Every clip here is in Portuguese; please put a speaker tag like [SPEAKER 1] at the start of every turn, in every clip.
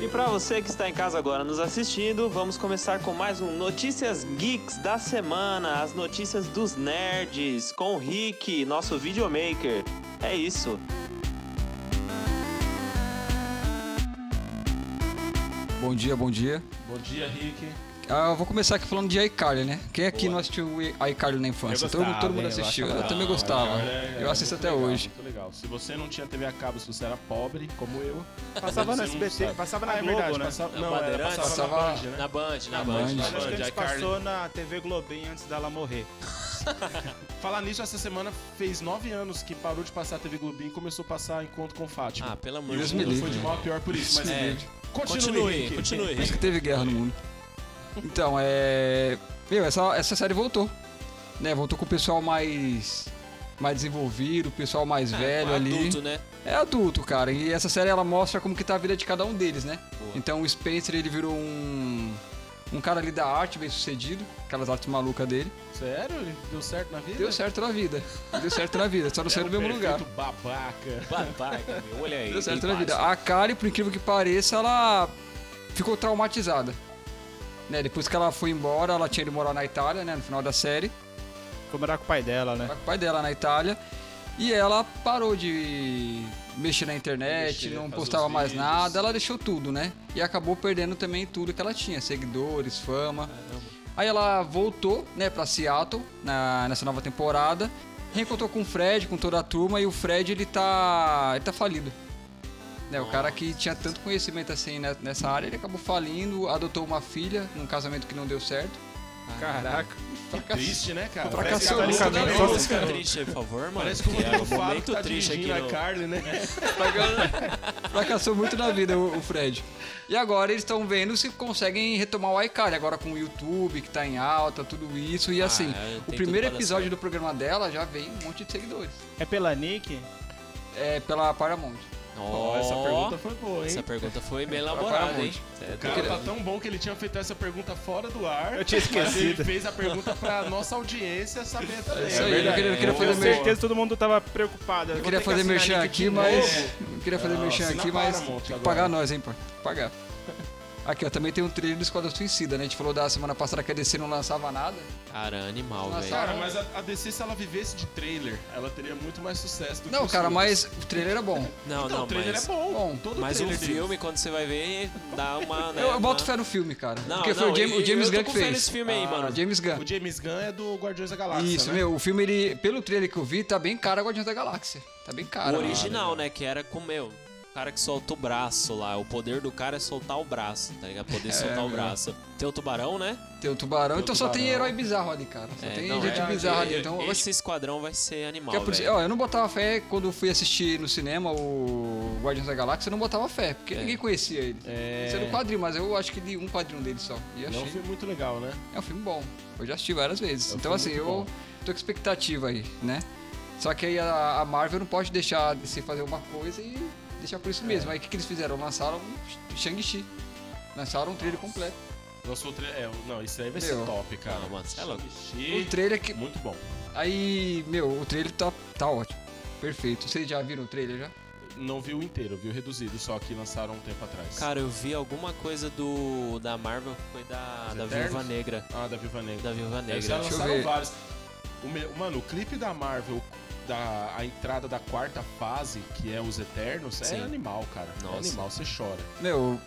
[SPEAKER 1] E para você que está em casa agora nos assistindo, vamos começar com mais um Notícias Geeks da semana, as notícias dos nerds, com o Rick, nosso videomaker. É isso.
[SPEAKER 2] Bom dia, bom dia.
[SPEAKER 3] Bom dia, Rick.
[SPEAKER 2] Ah, eu vou começar aqui falando de iCarly, né? Quem aqui
[SPEAKER 3] Boa.
[SPEAKER 2] não assistiu o iCarly na infância?
[SPEAKER 3] Eu
[SPEAKER 2] Todo-
[SPEAKER 3] gostava,
[SPEAKER 2] todo, mundo
[SPEAKER 3] hein? Eu
[SPEAKER 2] assistiu. Eu,
[SPEAKER 3] achava
[SPEAKER 2] também
[SPEAKER 3] legal,
[SPEAKER 2] gostava.
[SPEAKER 3] É,
[SPEAKER 2] eu assisto até
[SPEAKER 3] muito legal,
[SPEAKER 2] hoje.
[SPEAKER 3] Muito legal. Se você não tinha TV a cabo, se você era pobre, como eu...
[SPEAKER 4] Passava
[SPEAKER 3] você
[SPEAKER 4] no
[SPEAKER 3] não
[SPEAKER 4] SBT,
[SPEAKER 3] sabe.
[SPEAKER 4] passava na
[SPEAKER 3] ah, é
[SPEAKER 4] Globo,
[SPEAKER 3] verdade,
[SPEAKER 4] né?
[SPEAKER 3] Passava,
[SPEAKER 5] Na
[SPEAKER 3] não, era,
[SPEAKER 5] Bandeirantes?
[SPEAKER 3] passava,
[SPEAKER 2] Passava-
[SPEAKER 3] na Band, né?
[SPEAKER 5] Na Band, na,
[SPEAKER 2] Band.
[SPEAKER 5] Band. na
[SPEAKER 4] Acho que
[SPEAKER 5] Band,
[SPEAKER 4] eles
[SPEAKER 5] iCarly.
[SPEAKER 4] passou na TV Globinho antes dela morrer.
[SPEAKER 3] Falar nisso, essa semana fez nove anos que parou de passar TV Globinho e começou a passar Encontro com Fátima.
[SPEAKER 5] Ah, pelo amor
[SPEAKER 2] Deus
[SPEAKER 5] de
[SPEAKER 2] me
[SPEAKER 5] Deus.
[SPEAKER 2] livre.
[SPEAKER 3] foi de mal a pior por isso, mas...
[SPEAKER 5] É,
[SPEAKER 3] Continue,
[SPEAKER 5] continue,
[SPEAKER 3] Rick.
[SPEAKER 5] continue.
[SPEAKER 2] Por isso que teve guerra no mundo. Então, é. Meu, essa, essa série voltou. Né? Voltou com o pessoal mais. Mais desenvolvido, o pessoal
[SPEAKER 3] É,
[SPEAKER 2] mais velho ali.
[SPEAKER 5] Adulto, né?
[SPEAKER 2] É adulto, cara. E essa série ela mostra como que tá a vida de cada um deles, né?
[SPEAKER 5] Boa.
[SPEAKER 2] Então o Spencer ele virou um. Um cara ali da arte bem sucedido, aquelas artes malucas dele.
[SPEAKER 3] Sério? Ele Deu certo na vida?
[SPEAKER 2] Deu certo na vida. Deu certo na vida, só não saiu do mesmo lugar.
[SPEAKER 3] um Perfeito babaca.
[SPEAKER 5] Babaca, meu. Olha aí.
[SPEAKER 2] Deu certo
[SPEAKER 5] tem
[SPEAKER 2] na é vida.
[SPEAKER 5] paz.
[SPEAKER 2] A Kari, por incrível que pareça, ela ficou traumatizada. Né, depois que ela foi embora, ela tinha ido morar na Itália, né? No final da série.
[SPEAKER 4] Foi morar com o pai dela, né?
[SPEAKER 2] com o pai dela na Itália. E ela parou de mexer na internet,
[SPEAKER 3] Mexer,
[SPEAKER 2] não
[SPEAKER 3] fazer
[SPEAKER 2] postava
[SPEAKER 3] os
[SPEAKER 2] mais
[SPEAKER 3] vídeos.
[SPEAKER 2] nada, ela deixou tudo, né? E acabou perdendo também tudo que ela tinha, seguidores, fama. Aí ela voltou, né, pra Seattle na- nessa nova temporada. Reencontrou com o Fred, com toda a turma, e o Fred ele tá. ele tá falido. Né, o cara que tinha tanto conhecimento assim né, nessa área, ele acabou falindo, adotou uma filha num casamento que não deu certo.
[SPEAKER 4] Caraca.
[SPEAKER 3] Triste, né, cara?
[SPEAKER 2] Fracassou
[SPEAKER 3] Parece
[SPEAKER 5] Música
[SPEAKER 3] que né? a lista
[SPEAKER 4] no
[SPEAKER 5] da-
[SPEAKER 3] da
[SPEAKER 5] tá
[SPEAKER 3] música,
[SPEAKER 4] caminho.
[SPEAKER 5] música
[SPEAKER 3] cara.
[SPEAKER 5] triste aí, por favor, mano.
[SPEAKER 3] Parece que o
[SPEAKER 5] Que é
[SPEAKER 3] Rodrigo
[SPEAKER 5] um
[SPEAKER 3] Fábio
[SPEAKER 5] momento
[SPEAKER 3] tá
[SPEAKER 5] triste aqui
[SPEAKER 3] dirigindo a
[SPEAKER 5] no...
[SPEAKER 3] Carly, né?
[SPEAKER 2] Fracassou muito na vida o, o Fred. E agora eles estão vendo se conseguem retomar o iCarly, agora com o YouTube que tá em alta, tudo isso. E assim,
[SPEAKER 5] é,
[SPEAKER 2] o
[SPEAKER 5] tem
[SPEAKER 2] primeiro
[SPEAKER 5] tudo pra dar
[SPEAKER 2] episódio
[SPEAKER 5] certo.
[SPEAKER 2] do programa dela já vem um monte de seguidores.
[SPEAKER 4] É pela Nick?
[SPEAKER 2] É pela Paramount.
[SPEAKER 3] Ó, essa pergunta foi boa,
[SPEAKER 5] Essa
[SPEAKER 3] hein?
[SPEAKER 5] pergunta foi bem elaborada, hein? É,
[SPEAKER 3] O cara tá tão bom que ele tinha feito essa pergunta fora do ar.
[SPEAKER 4] Eu tinha
[SPEAKER 3] Mas ele
[SPEAKER 4] esquecido.
[SPEAKER 3] fez a pergunta pra nossa audiência saber também.
[SPEAKER 2] isso aí,
[SPEAKER 3] É verdade.
[SPEAKER 2] eu queria- eu queria
[SPEAKER 3] É,
[SPEAKER 2] fazer
[SPEAKER 4] Tenho
[SPEAKER 3] boa.
[SPEAKER 4] certeza que todo mundo tava preocupado.
[SPEAKER 2] Eu queria fazer merchan aqui, mas. Eu queria fazer
[SPEAKER 3] Não,
[SPEAKER 2] merchan
[SPEAKER 3] assina
[SPEAKER 2] aqui,
[SPEAKER 3] a
[SPEAKER 2] mas.
[SPEAKER 3] É, Paramount
[SPEAKER 2] Tem que
[SPEAKER 3] agora.
[SPEAKER 2] pagar nós, hein, pô. Tem que pagar. Aqui, ó, também tem um trailer do Esquadrão Suicida, né? A gente falou da semana passada que a DC não lançava nada.
[SPEAKER 5] Cara, animal,
[SPEAKER 2] Nossa,
[SPEAKER 5] velho.
[SPEAKER 3] Cara, mas a, a DC, se ela vivesse de trailer, ela teria muito mais sucesso do que
[SPEAKER 2] Não,
[SPEAKER 3] os
[SPEAKER 2] cara,
[SPEAKER 3] filmes.
[SPEAKER 2] mas o trailer é bom.
[SPEAKER 5] Não,
[SPEAKER 3] Então,
[SPEAKER 5] não,
[SPEAKER 3] o trailer
[SPEAKER 5] mas...
[SPEAKER 3] é bom.
[SPEAKER 2] Bom,
[SPEAKER 3] Todo
[SPEAKER 5] Mas o
[SPEAKER 3] trailer deles.
[SPEAKER 5] filme, quando você vai ver, dá uma... né,
[SPEAKER 2] Eu, eu boto
[SPEAKER 5] uma-
[SPEAKER 2] fé no filme, cara.
[SPEAKER 5] Não,
[SPEAKER 2] porque foi
[SPEAKER 5] não,
[SPEAKER 2] o James,
[SPEAKER 5] eu-
[SPEAKER 2] o James
[SPEAKER 5] eu tô
[SPEAKER 2] Gunn que
[SPEAKER 5] com
[SPEAKER 2] fez.
[SPEAKER 5] fé nesse filme aí,
[SPEAKER 2] Ah,
[SPEAKER 5] mano.
[SPEAKER 2] James Gunn.
[SPEAKER 3] O James Gunn é do Guardiões da Galáxia,
[SPEAKER 2] Isso,
[SPEAKER 3] né?
[SPEAKER 2] meu, o filme, ele, pelo trailer que eu vi, tá bem caro a Guardiões da Galáxia. Tá bem caro.
[SPEAKER 5] o original, né? Que era com meu. O cara que solta o braço lá. O poder do cara é soltar o braço, tá ligado?
[SPEAKER 2] É.
[SPEAKER 5] Poder soltar o
[SPEAKER 2] meu.
[SPEAKER 5] braço. Tem o tubarão, né?
[SPEAKER 2] Tem o tubarão, então só tem
[SPEAKER 3] Tubarão.
[SPEAKER 2] herói bizarro ali, cara. Só
[SPEAKER 5] É,
[SPEAKER 2] tem
[SPEAKER 5] não,
[SPEAKER 2] gente
[SPEAKER 5] é,
[SPEAKER 2] bizarra
[SPEAKER 5] é,
[SPEAKER 2] ali. Então, eu acho
[SPEAKER 5] esse esquadrão vai ser animal.
[SPEAKER 2] que é por isso-
[SPEAKER 5] velho.
[SPEAKER 2] ó, eu não botava fé quando fui assistir no cinema o Guardiões da Galáxia, eu não botava fé, porque ninguém conhecia ele.
[SPEAKER 3] É.
[SPEAKER 2] Isso era um quadrinho, mas eu acho que li um quadrinho dele só. E
[SPEAKER 3] É um
[SPEAKER 2] achei.
[SPEAKER 3] filme muito legal, né?
[SPEAKER 2] É um filme bom. Eu já assisti várias vezes.
[SPEAKER 3] um
[SPEAKER 2] então,
[SPEAKER 3] filme
[SPEAKER 2] assim, eu
[SPEAKER 3] muito bom.
[SPEAKER 2] tô com expectativa aí, né? Só que aí a, a Marvel não pode deixar de se fazer uma coisa e deixar por isso
[SPEAKER 3] É.
[SPEAKER 2] mesmo. Aí o que, que eles fizeram? Lançaram o Shang-Chi. Lançaram um trailer completo.
[SPEAKER 3] Nosso trailer... É, não, isso aí vai ser
[SPEAKER 2] Meu.
[SPEAKER 3] top, cara.
[SPEAKER 5] Não, mano, cê é louco.
[SPEAKER 2] O
[SPEAKER 3] Shang-Chi,
[SPEAKER 2] trailer que.
[SPEAKER 3] Muito bom.
[SPEAKER 2] Aí, meu, o trailer tá, tá ótimo. Perfeito. Vocês já viram o trailer já?
[SPEAKER 3] Não vi o inteiro, vi o reduzido, só que lançaram um tempo atrás.
[SPEAKER 5] Cara, eu vi alguma coisa do da Marvel que foi da, da
[SPEAKER 3] Eternos?
[SPEAKER 5] Viúva Negra.
[SPEAKER 3] Ah, da Viva Negra.
[SPEAKER 5] Da Viúva
[SPEAKER 3] Eles
[SPEAKER 5] Negra.
[SPEAKER 3] já
[SPEAKER 2] deixa eu
[SPEAKER 3] lançaram
[SPEAKER 2] ver.
[SPEAKER 3] vários. O meu- mano, o clipe da Marvel, da, a entrada da quarta fase, que é os Eternos,
[SPEAKER 5] Sim.
[SPEAKER 3] é animal, cara. É
[SPEAKER 5] Nossa.
[SPEAKER 3] animal, você chora.
[SPEAKER 2] Meu,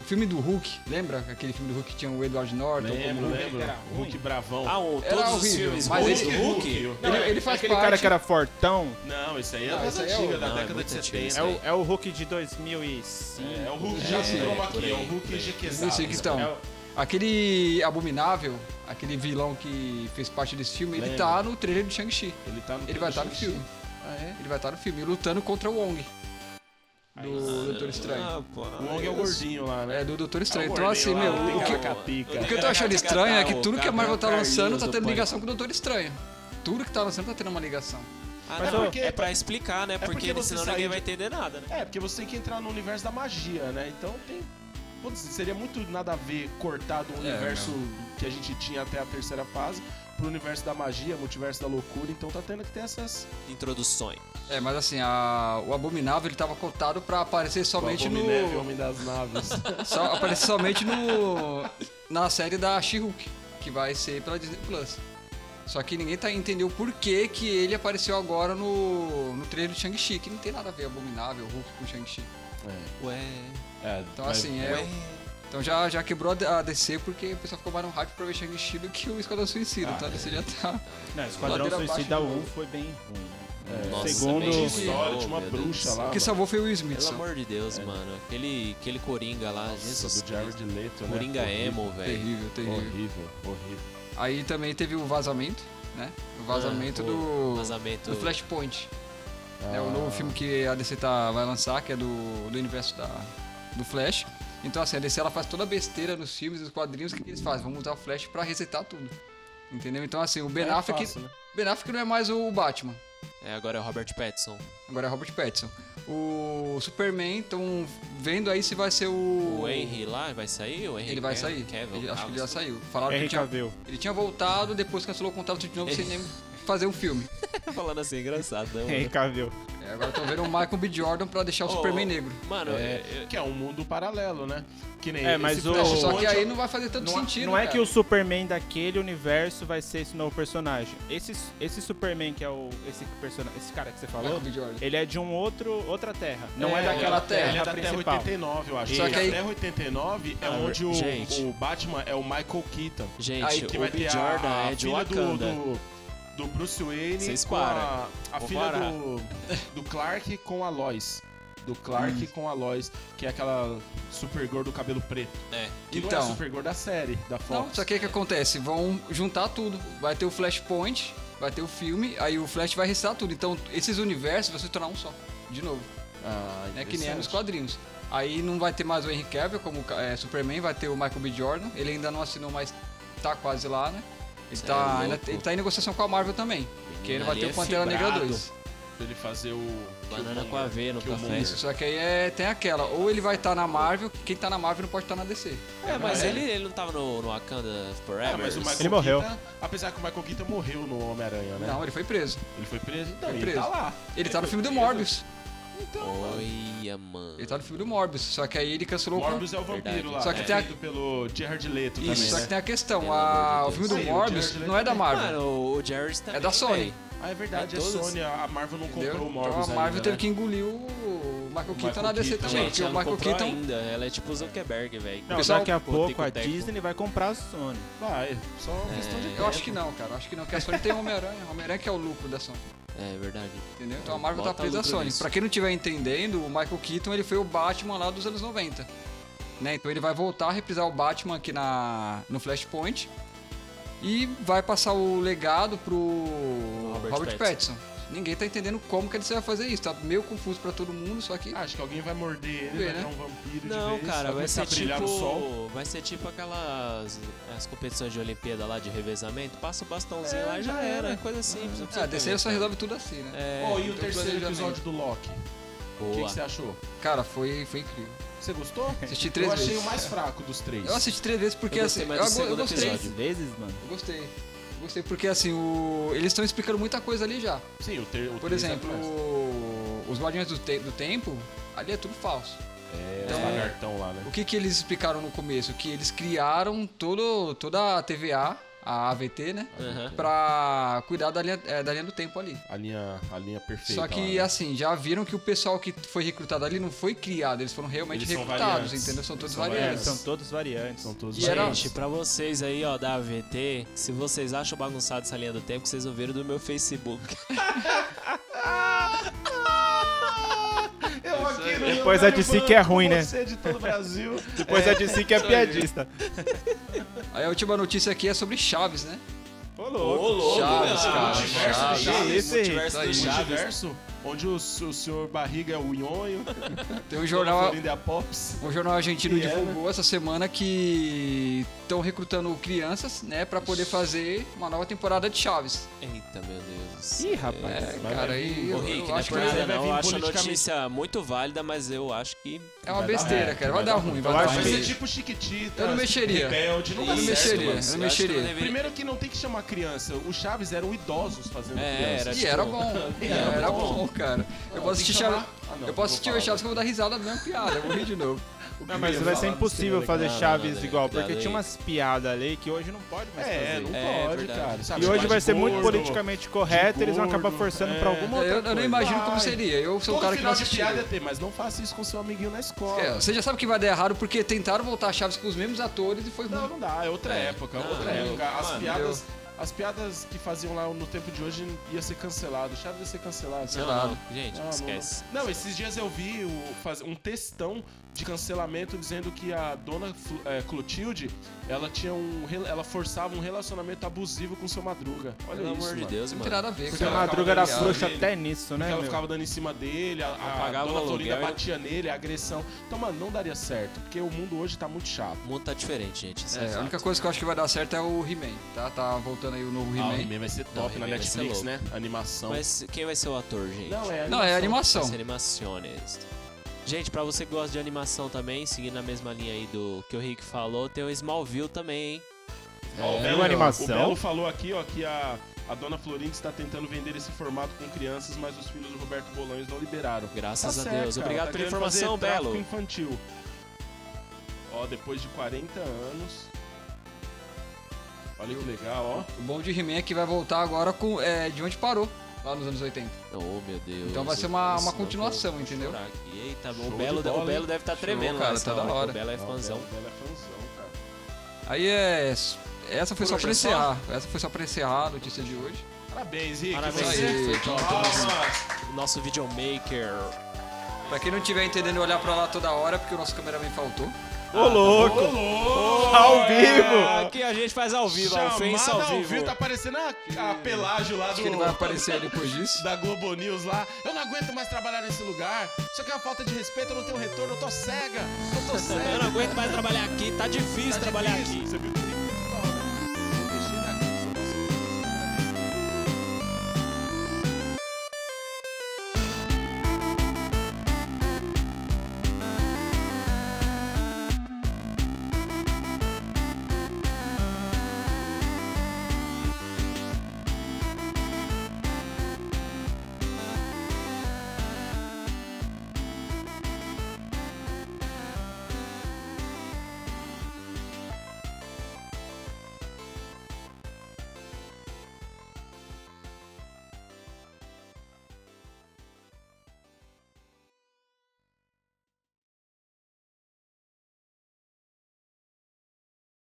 [SPEAKER 2] o filme do Hulk, lembra? Aquele filme do Hulk que tinha o Edward Norton? como
[SPEAKER 3] Lembro,
[SPEAKER 2] Hulk?
[SPEAKER 3] lembro.
[SPEAKER 4] era
[SPEAKER 3] O Hulk bravão.
[SPEAKER 5] Ah, o,
[SPEAKER 2] Era
[SPEAKER 5] todos os
[SPEAKER 2] horrível,
[SPEAKER 5] filmes.
[SPEAKER 2] mas
[SPEAKER 5] Hulk,
[SPEAKER 2] esse-
[SPEAKER 5] Hulk.
[SPEAKER 3] Não,
[SPEAKER 2] Ele, ele faz
[SPEAKER 4] Aquele
[SPEAKER 2] parte.
[SPEAKER 4] cara que era fortão.
[SPEAKER 3] não, isso aí é
[SPEAKER 2] Não,
[SPEAKER 3] mais
[SPEAKER 2] isso aí é
[SPEAKER 3] antiga,
[SPEAKER 2] o-
[SPEAKER 3] da
[SPEAKER 5] Não, é
[SPEAKER 3] década
[SPEAKER 5] muito
[SPEAKER 3] de
[SPEAKER 5] antigo, isso
[SPEAKER 3] 70.
[SPEAKER 4] É o, é o Hulk de 2005.
[SPEAKER 3] É, é o Hulk
[SPEAKER 2] É,
[SPEAKER 3] de
[SPEAKER 2] por
[SPEAKER 3] aqui,
[SPEAKER 5] aí,
[SPEAKER 3] é o Hulk
[SPEAKER 5] por
[SPEAKER 3] de
[SPEAKER 5] aí.
[SPEAKER 2] Não sei o que tá um- estão.
[SPEAKER 4] É o-
[SPEAKER 2] Aquele abominável, aquele vilão que fez parte desse filme, ele
[SPEAKER 3] Lembra.
[SPEAKER 2] tá no trailer do Shang-Chi.
[SPEAKER 3] Ele, tá no
[SPEAKER 2] Ele vai estar no filme.
[SPEAKER 3] Ah, é?
[SPEAKER 2] Ele vai estar no filme, lutando contra o Wong. Do Doutor Estranho.
[SPEAKER 5] Ah, pô.
[SPEAKER 3] O Wong é o gordinho lá, né?
[SPEAKER 2] É, do Doutor Estranho.
[SPEAKER 3] o
[SPEAKER 2] Então, assim, meu,
[SPEAKER 3] gordinho lá, um
[SPEAKER 2] o
[SPEAKER 3] tem
[SPEAKER 2] que,
[SPEAKER 3] cara capica.
[SPEAKER 2] o que eu tô achando estranho é que tudo que a Marvel tá lançando tá tendo ligação com o Doutor Estranho. Tudo que tá lançando tá tendo uma ligação.
[SPEAKER 5] Ah,
[SPEAKER 3] Mas
[SPEAKER 5] não,
[SPEAKER 3] é
[SPEAKER 5] é,
[SPEAKER 3] porque-
[SPEAKER 5] pra explicar, né? Porque,
[SPEAKER 3] porque você
[SPEAKER 5] senão
[SPEAKER 3] sai
[SPEAKER 5] ninguém
[SPEAKER 3] de-
[SPEAKER 5] vai entender nada, né?
[SPEAKER 3] É, porque você tem que entrar no universo da magia, né? Então tem.
[SPEAKER 2] É,
[SPEAKER 3] Putz, seria muito nada a ver cortar do universo que a gente tinha até a terceira fase pro universo da magia, multiverso da loucura, então tá tendo que ter essas.
[SPEAKER 5] Introduções.
[SPEAKER 2] É, mas assim, a- o Abominável ele tava cotado pra aparecer somente no.
[SPEAKER 3] Abominável, Homem das Naves.
[SPEAKER 2] Só, aparecer somente no. Na série da She-Hulk, que vai ser pela Disney Plus. Só que ninguém tá entendeu por que, que ele apareceu agora no, no trailer do Shang-Chi, que não tem nada a ver Abominável, Hulk com Shang-Chi.
[SPEAKER 5] Ué.
[SPEAKER 3] É,
[SPEAKER 2] Então
[SPEAKER 3] vai-
[SPEAKER 2] assim, é. Então já, já quebrou a DC porque o pessoal ficou mais no hype pra ver Shang-Chi do que o Esquadrão Suicida,
[SPEAKER 5] Ah.
[SPEAKER 2] então você já tá.
[SPEAKER 4] Não, Esquadrão
[SPEAKER 2] Ladeira
[SPEAKER 4] Suicida
[SPEAKER 2] abaixo de
[SPEAKER 4] 1 foi bem ruim. né?
[SPEAKER 5] Nossa,
[SPEAKER 4] Segundo-
[SPEAKER 5] bem
[SPEAKER 3] Tinha
[SPEAKER 5] ruim.
[SPEAKER 3] história, tinha uma
[SPEAKER 5] Oh, meu Deus
[SPEAKER 3] bruxa
[SPEAKER 5] do céu.
[SPEAKER 3] lá.
[SPEAKER 2] O que
[SPEAKER 3] mano,
[SPEAKER 2] salvou foi o Will Smith.
[SPEAKER 5] Pelo
[SPEAKER 2] só.
[SPEAKER 5] amor de Deus, mano. Aquele, aquele Coringa lá, Jesus.
[SPEAKER 3] Ah, do Jared Leto, né?
[SPEAKER 5] Coringa
[SPEAKER 3] Horrível,
[SPEAKER 5] emo, velho.
[SPEAKER 2] Terrível, terrível.
[SPEAKER 3] Horrível, horrível.
[SPEAKER 2] Aí também teve o vazamento, né? O vazamento
[SPEAKER 5] Ah, o
[SPEAKER 2] do.
[SPEAKER 5] Vazamento.
[SPEAKER 2] do Flashpoint. É
[SPEAKER 5] Ah.
[SPEAKER 2] o novo filme que a DC tá, vai lançar, que é do, do universo da, do Flash. Então assim, a DC ela faz toda a besteira nos filmes, nos quadrinhos, o que que eles fazem? Vamos usar o Flash pra resetar tudo. Entendeu? Então assim, o Ben
[SPEAKER 4] É
[SPEAKER 2] Affleck,
[SPEAKER 4] fácil, né?
[SPEAKER 2] ben Affleck não é mais o Batman.
[SPEAKER 5] É, agora é o Robert Pattinson.
[SPEAKER 2] Agora é Robert Pattinson. O Superman, estão vendo aí se vai ser o...
[SPEAKER 5] O Henry lá vai sair? O Henry
[SPEAKER 2] Ele vai
[SPEAKER 5] Cav-
[SPEAKER 2] sair.
[SPEAKER 5] Cavill,
[SPEAKER 2] Ele- acho que ele
[SPEAKER 5] Cavill.
[SPEAKER 2] já saiu. Falaram que
[SPEAKER 4] Henry
[SPEAKER 2] ele tinha,
[SPEAKER 4] Cavill.
[SPEAKER 2] ele tinha voltado, depois cancelou o contrato de novo sem nem fazer um filme.
[SPEAKER 5] Falando assim, engraçado, né?
[SPEAKER 4] Henry
[SPEAKER 5] mano?
[SPEAKER 4] Cavill.
[SPEAKER 2] É, agora estão vendo o Michael B. Jordan pra deixar o
[SPEAKER 5] Ô,
[SPEAKER 2] Superman
[SPEAKER 5] ô,
[SPEAKER 2] negro.
[SPEAKER 5] Mano,
[SPEAKER 3] É,
[SPEAKER 5] eu- eu-
[SPEAKER 3] que é um mundo paralelo, né? Que nem
[SPEAKER 4] É,
[SPEAKER 3] esse
[SPEAKER 4] mas o-
[SPEAKER 3] Flashpoint
[SPEAKER 2] Só que
[SPEAKER 3] é
[SPEAKER 2] aí não vai fazer tanto
[SPEAKER 4] Não,
[SPEAKER 2] sentido.
[SPEAKER 4] não é
[SPEAKER 2] cara.
[SPEAKER 4] que o Superman daquele universo vai ser esse novo personagem. Esse, esse Superman que é o esse persona, esse cara que você falou,
[SPEAKER 2] Michael B. Jordan.
[SPEAKER 4] ele é de um outro outra terra. Não é,
[SPEAKER 2] É,
[SPEAKER 4] daquela
[SPEAKER 2] é da
[SPEAKER 4] terra,
[SPEAKER 3] Ele é da Terra
[SPEAKER 4] principal.
[SPEAKER 3] 89, eu acho.
[SPEAKER 2] Só
[SPEAKER 3] Só
[SPEAKER 2] que aí-
[SPEAKER 3] A Terra 89 é
[SPEAKER 5] Ah,
[SPEAKER 3] onde o,
[SPEAKER 5] gente.
[SPEAKER 3] o Batman é o Michael Keaton.
[SPEAKER 5] gente,
[SPEAKER 2] Aí
[SPEAKER 3] Que
[SPEAKER 5] o
[SPEAKER 3] vai
[SPEAKER 5] B.
[SPEAKER 3] ter
[SPEAKER 5] Jordan
[SPEAKER 3] a, a
[SPEAKER 5] é de
[SPEAKER 3] filha do,
[SPEAKER 5] Wakanda.
[SPEAKER 3] do, do Bruce Wayne
[SPEAKER 5] Vocês
[SPEAKER 3] com a,
[SPEAKER 5] param.
[SPEAKER 3] a
[SPEAKER 5] Vou
[SPEAKER 3] filha
[SPEAKER 5] parar.
[SPEAKER 3] do, do Clark com a Lois. Do Clark com a Lois, que é aquela Supergirl do cabelo preto.
[SPEAKER 5] É.
[SPEAKER 3] Que não é a
[SPEAKER 2] Então.
[SPEAKER 3] Supergirl da série, da Fox.
[SPEAKER 2] Não, só que aí o que acontece? Vão juntar tudo. Vai ter o Flashpoint, vai ter o filme, aí o Flash vai restar tudo. Então, esses universos vão se tornar um só. De novo.
[SPEAKER 3] Ah,
[SPEAKER 2] Né? Que nem é nos
[SPEAKER 3] interessante.
[SPEAKER 2] quadrinhos. Aí não vai ter mais o Henry Cavill como é, Superman, vai ter o Michael B. Jordan. Ele ainda não assinou, mas tá quase lá, né? Ele,
[SPEAKER 5] Cê
[SPEAKER 2] tá,
[SPEAKER 5] é
[SPEAKER 2] ainda-
[SPEAKER 5] louco.
[SPEAKER 2] ele tá em negociação com a Marvel também. Porque ele vai
[SPEAKER 5] ali
[SPEAKER 2] ter o
[SPEAKER 5] é
[SPEAKER 2] Pantera Negra
[SPEAKER 5] fibrado.
[SPEAKER 2] 2.
[SPEAKER 3] Ele fazer o.
[SPEAKER 5] Banana com aveia no
[SPEAKER 3] que o
[SPEAKER 5] café.
[SPEAKER 3] mundo-
[SPEAKER 2] Só que aí é, tem aquela, ou ele vai estar na Marvel, quem tá na Marvel não pode estar na DC.
[SPEAKER 5] É, mas ele, ele não tava no, no Wakanda Forever?
[SPEAKER 3] É, mas o Michael
[SPEAKER 4] Ele morreu.
[SPEAKER 3] Keaton, apesar que o Michael Keaton morreu no
[SPEAKER 5] É.
[SPEAKER 3] Homem-Aranha, né?
[SPEAKER 2] Não, ele foi preso.
[SPEAKER 3] Ele foi preso, então,
[SPEAKER 2] Foi
[SPEAKER 3] ele
[SPEAKER 2] preso.
[SPEAKER 3] tá lá.
[SPEAKER 2] Ele tá no filme do
[SPEAKER 5] é
[SPEAKER 3] foi preso.
[SPEAKER 2] Morbius.
[SPEAKER 5] Olha, mano.
[SPEAKER 2] Ele tá no filme do Morbius, só que aí ele cancelou o con-
[SPEAKER 3] Morbius é o vampiro
[SPEAKER 5] Verdade.
[SPEAKER 3] lá.
[SPEAKER 2] Só que
[SPEAKER 3] é
[SPEAKER 2] tem a-
[SPEAKER 3] feito pelo Gerard Leto
[SPEAKER 2] Isso, só
[SPEAKER 3] também,
[SPEAKER 2] que
[SPEAKER 3] né?
[SPEAKER 2] tem a questão,
[SPEAKER 5] Pelo
[SPEAKER 2] a-
[SPEAKER 5] amor
[SPEAKER 2] o
[SPEAKER 5] de
[SPEAKER 2] filme
[SPEAKER 5] Deus.
[SPEAKER 2] do
[SPEAKER 3] Sim, o
[SPEAKER 2] Morbius
[SPEAKER 3] Jared
[SPEAKER 2] não é da Marvel,
[SPEAKER 5] Mano, o- o Jarvis também.
[SPEAKER 2] é da Sony,
[SPEAKER 3] Ah, é verdade,
[SPEAKER 5] É
[SPEAKER 3] é
[SPEAKER 5] todos.
[SPEAKER 3] Sony. A Marvel não
[SPEAKER 2] entendeu?
[SPEAKER 3] comprou o
[SPEAKER 2] Então
[SPEAKER 3] Morbius
[SPEAKER 2] a Marvel
[SPEAKER 3] ainda,
[SPEAKER 2] teve
[SPEAKER 3] né?
[SPEAKER 2] que engolir o Michael Keaton
[SPEAKER 3] Michael
[SPEAKER 2] na DC
[SPEAKER 3] Keaton.
[SPEAKER 2] também,
[SPEAKER 5] Gente,
[SPEAKER 2] porque o
[SPEAKER 5] ela não
[SPEAKER 2] Michael
[SPEAKER 5] comprou
[SPEAKER 2] Keaton...
[SPEAKER 5] ainda. Ela é tipo o Zuckerberg, velho.
[SPEAKER 4] Não,
[SPEAKER 2] Pessoal,
[SPEAKER 4] daqui a
[SPEAKER 5] pô,
[SPEAKER 4] pouco a
[SPEAKER 5] tico-teco.
[SPEAKER 4] Disney vai comprar a Sony.
[SPEAKER 3] Vai, Ah, só uma questão de
[SPEAKER 5] É.
[SPEAKER 2] Eu acho que não, cara, acho que é não, porque a Sony tem o Homem-Aranha, o Homem-Aranha que é o lucro da Sony,
[SPEAKER 5] É verdade.
[SPEAKER 2] entendeu? Então a Marvel tá
[SPEAKER 5] Bota
[SPEAKER 2] presa à
[SPEAKER 5] lucro
[SPEAKER 2] Sony.
[SPEAKER 5] nisso.
[SPEAKER 2] Pra quem não tiver entendendo, o Michael Keaton ele foi o Batman lá dos anos 90. Né? Então ele vai voltar a reprisar o Batman aqui na, no Flashpoint e vai passar o legado pro Robert,
[SPEAKER 5] Robert
[SPEAKER 2] Pattinson. Ninguém tá entendendo como que ele vai fazer isso, tá meio confuso pra todo mundo, só que
[SPEAKER 3] Ah, Acho que alguém vai morder ele,
[SPEAKER 2] Vê, né?
[SPEAKER 3] vai virar um vampiro de
[SPEAKER 5] Não,
[SPEAKER 3] vez,
[SPEAKER 5] cara, vai
[SPEAKER 3] começar
[SPEAKER 5] ser
[SPEAKER 3] a brilhar
[SPEAKER 5] tipo.
[SPEAKER 3] no sol.
[SPEAKER 5] Vai ser tipo aquelas as competições de Olimpíada lá de revezamento. Passa o bastãozinho
[SPEAKER 3] É,
[SPEAKER 5] lá e já
[SPEAKER 3] já
[SPEAKER 5] era.
[SPEAKER 3] era.
[SPEAKER 5] É coisa simples. não precisa
[SPEAKER 2] ah, a DC
[SPEAKER 5] inventar.
[SPEAKER 2] só resolve tudo assim, né?
[SPEAKER 5] É,
[SPEAKER 3] Ó, e o
[SPEAKER 2] então
[SPEAKER 3] terceiro
[SPEAKER 2] planejamento.
[SPEAKER 3] episódio do Loki? O que
[SPEAKER 5] boa.
[SPEAKER 3] que você achou?
[SPEAKER 2] Cara, foi, foi incrível.
[SPEAKER 3] Você gostou?
[SPEAKER 2] Assisti três
[SPEAKER 3] Eu achei
[SPEAKER 2] vezes.
[SPEAKER 3] o mais fraco dos três.
[SPEAKER 2] Eu assisti três vezes porque
[SPEAKER 5] Eu gostei
[SPEAKER 2] assim, eu,
[SPEAKER 5] mais do
[SPEAKER 2] go- eu
[SPEAKER 5] segundo
[SPEAKER 2] gostei.
[SPEAKER 5] episódio.
[SPEAKER 4] vezes, mano.
[SPEAKER 2] Eu gostei. Eu gostei porque assim, o... eles estão explicando muita coisa ali já.
[SPEAKER 3] Sim, o, ter... o
[SPEAKER 2] Por
[SPEAKER 3] três é
[SPEAKER 2] exemplo,
[SPEAKER 3] mais-
[SPEAKER 2] o- os Guardiões do, Te- do Tempo, ali é tudo falso.
[SPEAKER 3] É,
[SPEAKER 2] então,
[SPEAKER 3] os lagartão lá,
[SPEAKER 2] O
[SPEAKER 3] né?
[SPEAKER 2] que, que eles explicaram no começo? Que eles criaram todo, toda a TVA, a AVT, né?
[SPEAKER 5] Aham.
[SPEAKER 2] Pra cuidar da linha, é, da linha do tempo ali.
[SPEAKER 3] A linha, a linha perfeita.
[SPEAKER 2] Só que,
[SPEAKER 3] lá, né?
[SPEAKER 2] assim, já viram que o pessoal que foi recrutado ali não foi criado, eles foram realmente
[SPEAKER 3] Eles são
[SPEAKER 2] recrutados,
[SPEAKER 3] variantes.
[SPEAKER 2] entendeu? São todos
[SPEAKER 3] são
[SPEAKER 4] É,
[SPEAKER 2] variantes.
[SPEAKER 3] variantes.
[SPEAKER 4] são todos variantes.
[SPEAKER 3] São todos
[SPEAKER 2] E era-
[SPEAKER 5] Gente, pra vocês aí, ó, da AVT, se vocês acham bagunçado essa linha do tempo, vocês ouviram do meu Facebook.
[SPEAKER 3] Eu aqui no
[SPEAKER 4] Depois a DC que é ruim, né?
[SPEAKER 3] Você de todo o Brasil.
[SPEAKER 4] Depois a DC que é piadista.
[SPEAKER 2] Então, Aí a última notícia aqui é sobre Chaves, né?
[SPEAKER 4] Ô, louco.
[SPEAKER 2] Chaves,
[SPEAKER 3] mano,
[SPEAKER 2] cara,
[SPEAKER 3] multiverso do
[SPEAKER 2] Chaves.
[SPEAKER 3] Chaves.
[SPEAKER 4] Esse aí.
[SPEAKER 5] Multiverso do
[SPEAKER 2] Isso aí.
[SPEAKER 5] Chaves.
[SPEAKER 3] Universo, onde o, s- o senhor Barriga é o Nhonho,
[SPEAKER 2] Tem um
[SPEAKER 3] o
[SPEAKER 2] jornal,
[SPEAKER 3] Florinda é a Pops.
[SPEAKER 2] um jornal argentino
[SPEAKER 3] E é,
[SPEAKER 2] divulgou essa semana que estão recrutando crianças, né, pra poder fazer uma nova temporada de Chaves.
[SPEAKER 5] Eita, meu Deus.
[SPEAKER 4] Ih, rapaz.
[SPEAKER 2] É,
[SPEAKER 3] vai
[SPEAKER 2] cara,
[SPEAKER 3] vir,
[SPEAKER 2] aí
[SPEAKER 5] Ô,
[SPEAKER 2] eu,
[SPEAKER 5] Rick,
[SPEAKER 2] eu
[SPEAKER 5] não é
[SPEAKER 2] acho que
[SPEAKER 5] por
[SPEAKER 3] vai-
[SPEAKER 5] nada não.
[SPEAKER 3] vai
[SPEAKER 5] Eu
[SPEAKER 3] vir
[SPEAKER 5] acho a
[SPEAKER 3] politicamente-
[SPEAKER 5] notícia muito válida, mas eu acho que...
[SPEAKER 2] é uma
[SPEAKER 3] Vai dar
[SPEAKER 2] besteira,
[SPEAKER 3] merda,
[SPEAKER 2] cara. Vai
[SPEAKER 3] vai
[SPEAKER 2] dar
[SPEAKER 3] dar
[SPEAKER 2] ruim, vai
[SPEAKER 4] Eu
[SPEAKER 2] dar
[SPEAKER 4] acho
[SPEAKER 3] Vai
[SPEAKER 4] que-
[SPEAKER 3] ser
[SPEAKER 2] ruim.
[SPEAKER 3] tipo Chiquititas,
[SPEAKER 2] Eu não mexeria.
[SPEAKER 3] Rebelde, não
[SPEAKER 5] Eu
[SPEAKER 3] vai
[SPEAKER 2] não
[SPEAKER 3] dar certo,
[SPEAKER 2] mexeria,
[SPEAKER 3] mano.
[SPEAKER 2] eu não
[SPEAKER 5] acho que
[SPEAKER 2] mexeria.
[SPEAKER 5] deveria-
[SPEAKER 3] Primeiro que não tem que chamar criança. O Chaves eram idosos fazendo
[SPEAKER 5] É,
[SPEAKER 3] criança.
[SPEAKER 5] era
[SPEAKER 2] E era bom,
[SPEAKER 3] É,
[SPEAKER 2] e era
[SPEAKER 3] era
[SPEAKER 2] bom, cara. Eu posso
[SPEAKER 3] tem que
[SPEAKER 2] assistir
[SPEAKER 3] chamar-
[SPEAKER 2] Chaves,
[SPEAKER 3] Ah, não,
[SPEAKER 2] eu posso
[SPEAKER 3] vou
[SPEAKER 2] assistir
[SPEAKER 3] falar.
[SPEAKER 2] Chaves que eu vou dar risada da mesma piada, eu vou rir de novo.
[SPEAKER 4] Não, mas
[SPEAKER 3] Eu ia
[SPEAKER 4] vai
[SPEAKER 3] falar
[SPEAKER 4] ser
[SPEAKER 3] do
[SPEAKER 4] impossível
[SPEAKER 3] Senhor
[SPEAKER 4] fazer
[SPEAKER 5] Legal.
[SPEAKER 4] Chaves
[SPEAKER 5] Não, não, não,
[SPEAKER 4] igual,
[SPEAKER 5] não,
[SPEAKER 4] porque
[SPEAKER 5] não,
[SPEAKER 4] tinha
[SPEAKER 5] não.
[SPEAKER 4] umas piadas ali que hoje não pode mais
[SPEAKER 3] É,
[SPEAKER 4] fazer.
[SPEAKER 3] não
[SPEAKER 5] É,
[SPEAKER 3] pode,
[SPEAKER 5] verdade.
[SPEAKER 3] cara. Sabe,
[SPEAKER 4] E hoje
[SPEAKER 3] chamar
[SPEAKER 4] vai
[SPEAKER 3] de
[SPEAKER 4] ser muito
[SPEAKER 3] gordo.
[SPEAKER 4] politicamente correto, eles vão
[SPEAKER 3] gordo,
[SPEAKER 4] acabar forçando
[SPEAKER 3] é.
[SPEAKER 4] pra alguma
[SPEAKER 2] Eu,
[SPEAKER 4] outra
[SPEAKER 2] eu não
[SPEAKER 4] coisa.
[SPEAKER 2] imagino como
[SPEAKER 3] Vai.
[SPEAKER 2] seria, eu sou o
[SPEAKER 3] Todo
[SPEAKER 2] cara que não
[SPEAKER 3] final de
[SPEAKER 2] assistiu.
[SPEAKER 3] piada é tem, mas não faça isso com seu amiguinho na escola.
[SPEAKER 2] É, você já sabe que vai dar errado porque tentaram voltar a Chaves com os mesmos atores e foi ruim.
[SPEAKER 3] Não, não dá, é outra época, é outra
[SPEAKER 2] eu-
[SPEAKER 3] época. As
[SPEAKER 2] mano,
[SPEAKER 3] piadas. As piadas que faziam lá no tempo de hoje ia ser cancelado. Chaves ia ser cancelado.
[SPEAKER 5] Não,
[SPEAKER 2] lá.
[SPEAKER 5] não, gente,
[SPEAKER 3] Não, não,
[SPEAKER 5] esquece.
[SPEAKER 3] Não, esses dias eu vi o- faz- um textão de cancelamento dizendo que a dona Fl- eh, Clotilde, ela tinha um. rela- Ela forçava um relacionamento abusivo com seu madruga. Olha
[SPEAKER 5] Pelo
[SPEAKER 3] isso,
[SPEAKER 5] amor de
[SPEAKER 3] mano.
[SPEAKER 5] Deus,
[SPEAKER 2] não
[SPEAKER 5] mano.
[SPEAKER 2] tem nada a ver,
[SPEAKER 3] Porque
[SPEAKER 4] A
[SPEAKER 2] cara. Tá
[SPEAKER 3] ela-
[SPEAKER 4] madruga era
[SPEAKER 2] Obrigado.
[SPEAKER 4] frouxa até nisso, né,
[SPEAKER 3] Porque ela
[SPEAKER 4] meu?
[SPEAKER 3] ficava dando em cima dele, a, a,
[SPEAKER 5] Apagava
[SPEAKER 3] dona
[SPEAKER 5] o
[SPEAKER 3] Florinda
[SPEAKER 5] aluguel.
[SPEAKER 3] batia nele, a agressão. Então, mano, não daria certo, porque o mundo hoje tá muito chato.
[SPEAKER 5] O mundo tá diferente, gente. Isso
[SPEAKER 2] É, a única coisa que eu acho que vai dar certo é o He-Man, tá? Tá voltando aí o novo
[SPEAKER 3] Ah, o
[SPEAKER 2] He-Man.
[SPEAKER 3] He-Man vai ser
[SPEAKER 5] Não, o
[SPEAKER 3] top
[SPEAKER 5] He-Man
[SPEAKER 3] na
[SPEAKER 5] vai ser
[SPEAKER 3] Netflix,
[SPEAKER 5] louco.
[SPEAKER 3] né? Animação.
[SPEAKER 5] Mas quem vai ser o ator, gente?
[SPEAKER 3] Não, é
[SPEAKER 2] Não, é
[SPEAKER 5] Vai
[SPEAKER 2] animação.
[SPEAKER 5] ser um animacionista. Gente, pra você que gosta de animação também, seguindo a mesma linha aí do que o Rick falou, tem o Smallville também, hein?
[SPEAKER 3] Ó,
[SPEAKER 4] É uma animação.
[SPEAKER 3] O Belo falou aqui, ó, que a, a dona Florinda está tentando vender esse formato com crianças, mas os filhos do Roberto Bolanhos não liberaram.
[SPEAKER 5] É, Graças
[SPEAKER 3] Tá
[SPEAKER 5] a
[SPEAKER 3] certo,
[SPEAKER 5] Deus.
[SPEAKER 3] cara,
[SPEAKER 5] Obrigado
[SPEAKER 3] tá
[SPEAKER 5] pela
[SPEAKER 3] querendo fazer
[SPEAKER 5] informação,
[SPEAKER 3] tráfico
[SPEAKER 5] Belo.
[SPEAKER 3] infantil. Ó, depois de 40 anos. Olha que legal, ó.
[SPEAKER 2] O bom de He-Man é que vai voltar agora com, é, de onde parou, lá nos anos 80.
[SPEAKER 5] Oh, meu Deus.
[SPEAKER 2] Então vai ser uma-
[SPEAKER 5] Nossa,
[SPEAKER 2] uma
[SPEAKER 5] eu
[SPEAKER 2] continuação,
[SPEAKER 5] vou
[SPEAKER 2] entendeu?
[SPEAKER 5] chorar aqui. Eita,
[SPEAKER 3] Show
[SPEAKER 5] o
[SPEAKER 3] de
[SPEAKER 5] Belo,
[SPEAKER 3] bola,
[SPEAKER 5] o Belo
[SPEAKER 3] hein?
[SPEAKER 5] deve estar tremendo,
[SPEAKER 2] cara,
[SPEAKER 5] nessa
[SPEAKER 2] tá da hora.
[SPEAKER 5] O Belo é
[SPEAKER 3] Ó,
[SPEAKER 5] fãzão.
[SPEAKER 3] Belo, Belo é fãzão, cara.
[SPEAKER 2] Aí é. Essa
[SPEAKER 5] Por
[SPEAKER 2] foi só
[SPEAKER 5] hoje
[SPEAKER 2] pra
[SPEAKER 5] é só?
[SPEAKER 2] encerrar. Essa foi só pra encerrar a notícia de hoje.
[SPEAKER 3] Parabéns, Rick.
[SPEAKER 5] Parabéns,
[SPEAKER 3] Você-
[SPEAKER 2] Rick. Foi top.
[SPEAKER 3] Palmas.
[SPEAKER 5] O nosso videomaker.
[SPEAKER 2] Pra quem não tiver entendendo olhar pra lá toda hora, porque o nosso cameraman faltou.
[SPEAKER 4] Ô, louco! Ao vivo!
[SPEAKER 5] Aqui a gente faz ao vivo, a ofensa
[SPEAKER 3] Chamada
[SPEAKER 5] ao
[SPEAKER 3] ao
[SPEAKER 5] vivo.
[SPEAKER 3] vivo, tá parecendo a, a Pelágio lá
[SPEAKER 2] Acho que ele vai
[SPEAKER 3] do,
[SPEAKER 2] aparecer depois disso.
[SPEAKER 3] da Globo News lá. Eu não aguento mais trabalhar nesse lugar. Isso aqui é uma falta de respeito, eu não tenho retorno, eu tô cega. Eu tô cega.
[SPEAKER 5] Eu não aguento mais trabalhar aqui, tá difícil trabalhar aqui.
[SPEAKER 3] Você viu?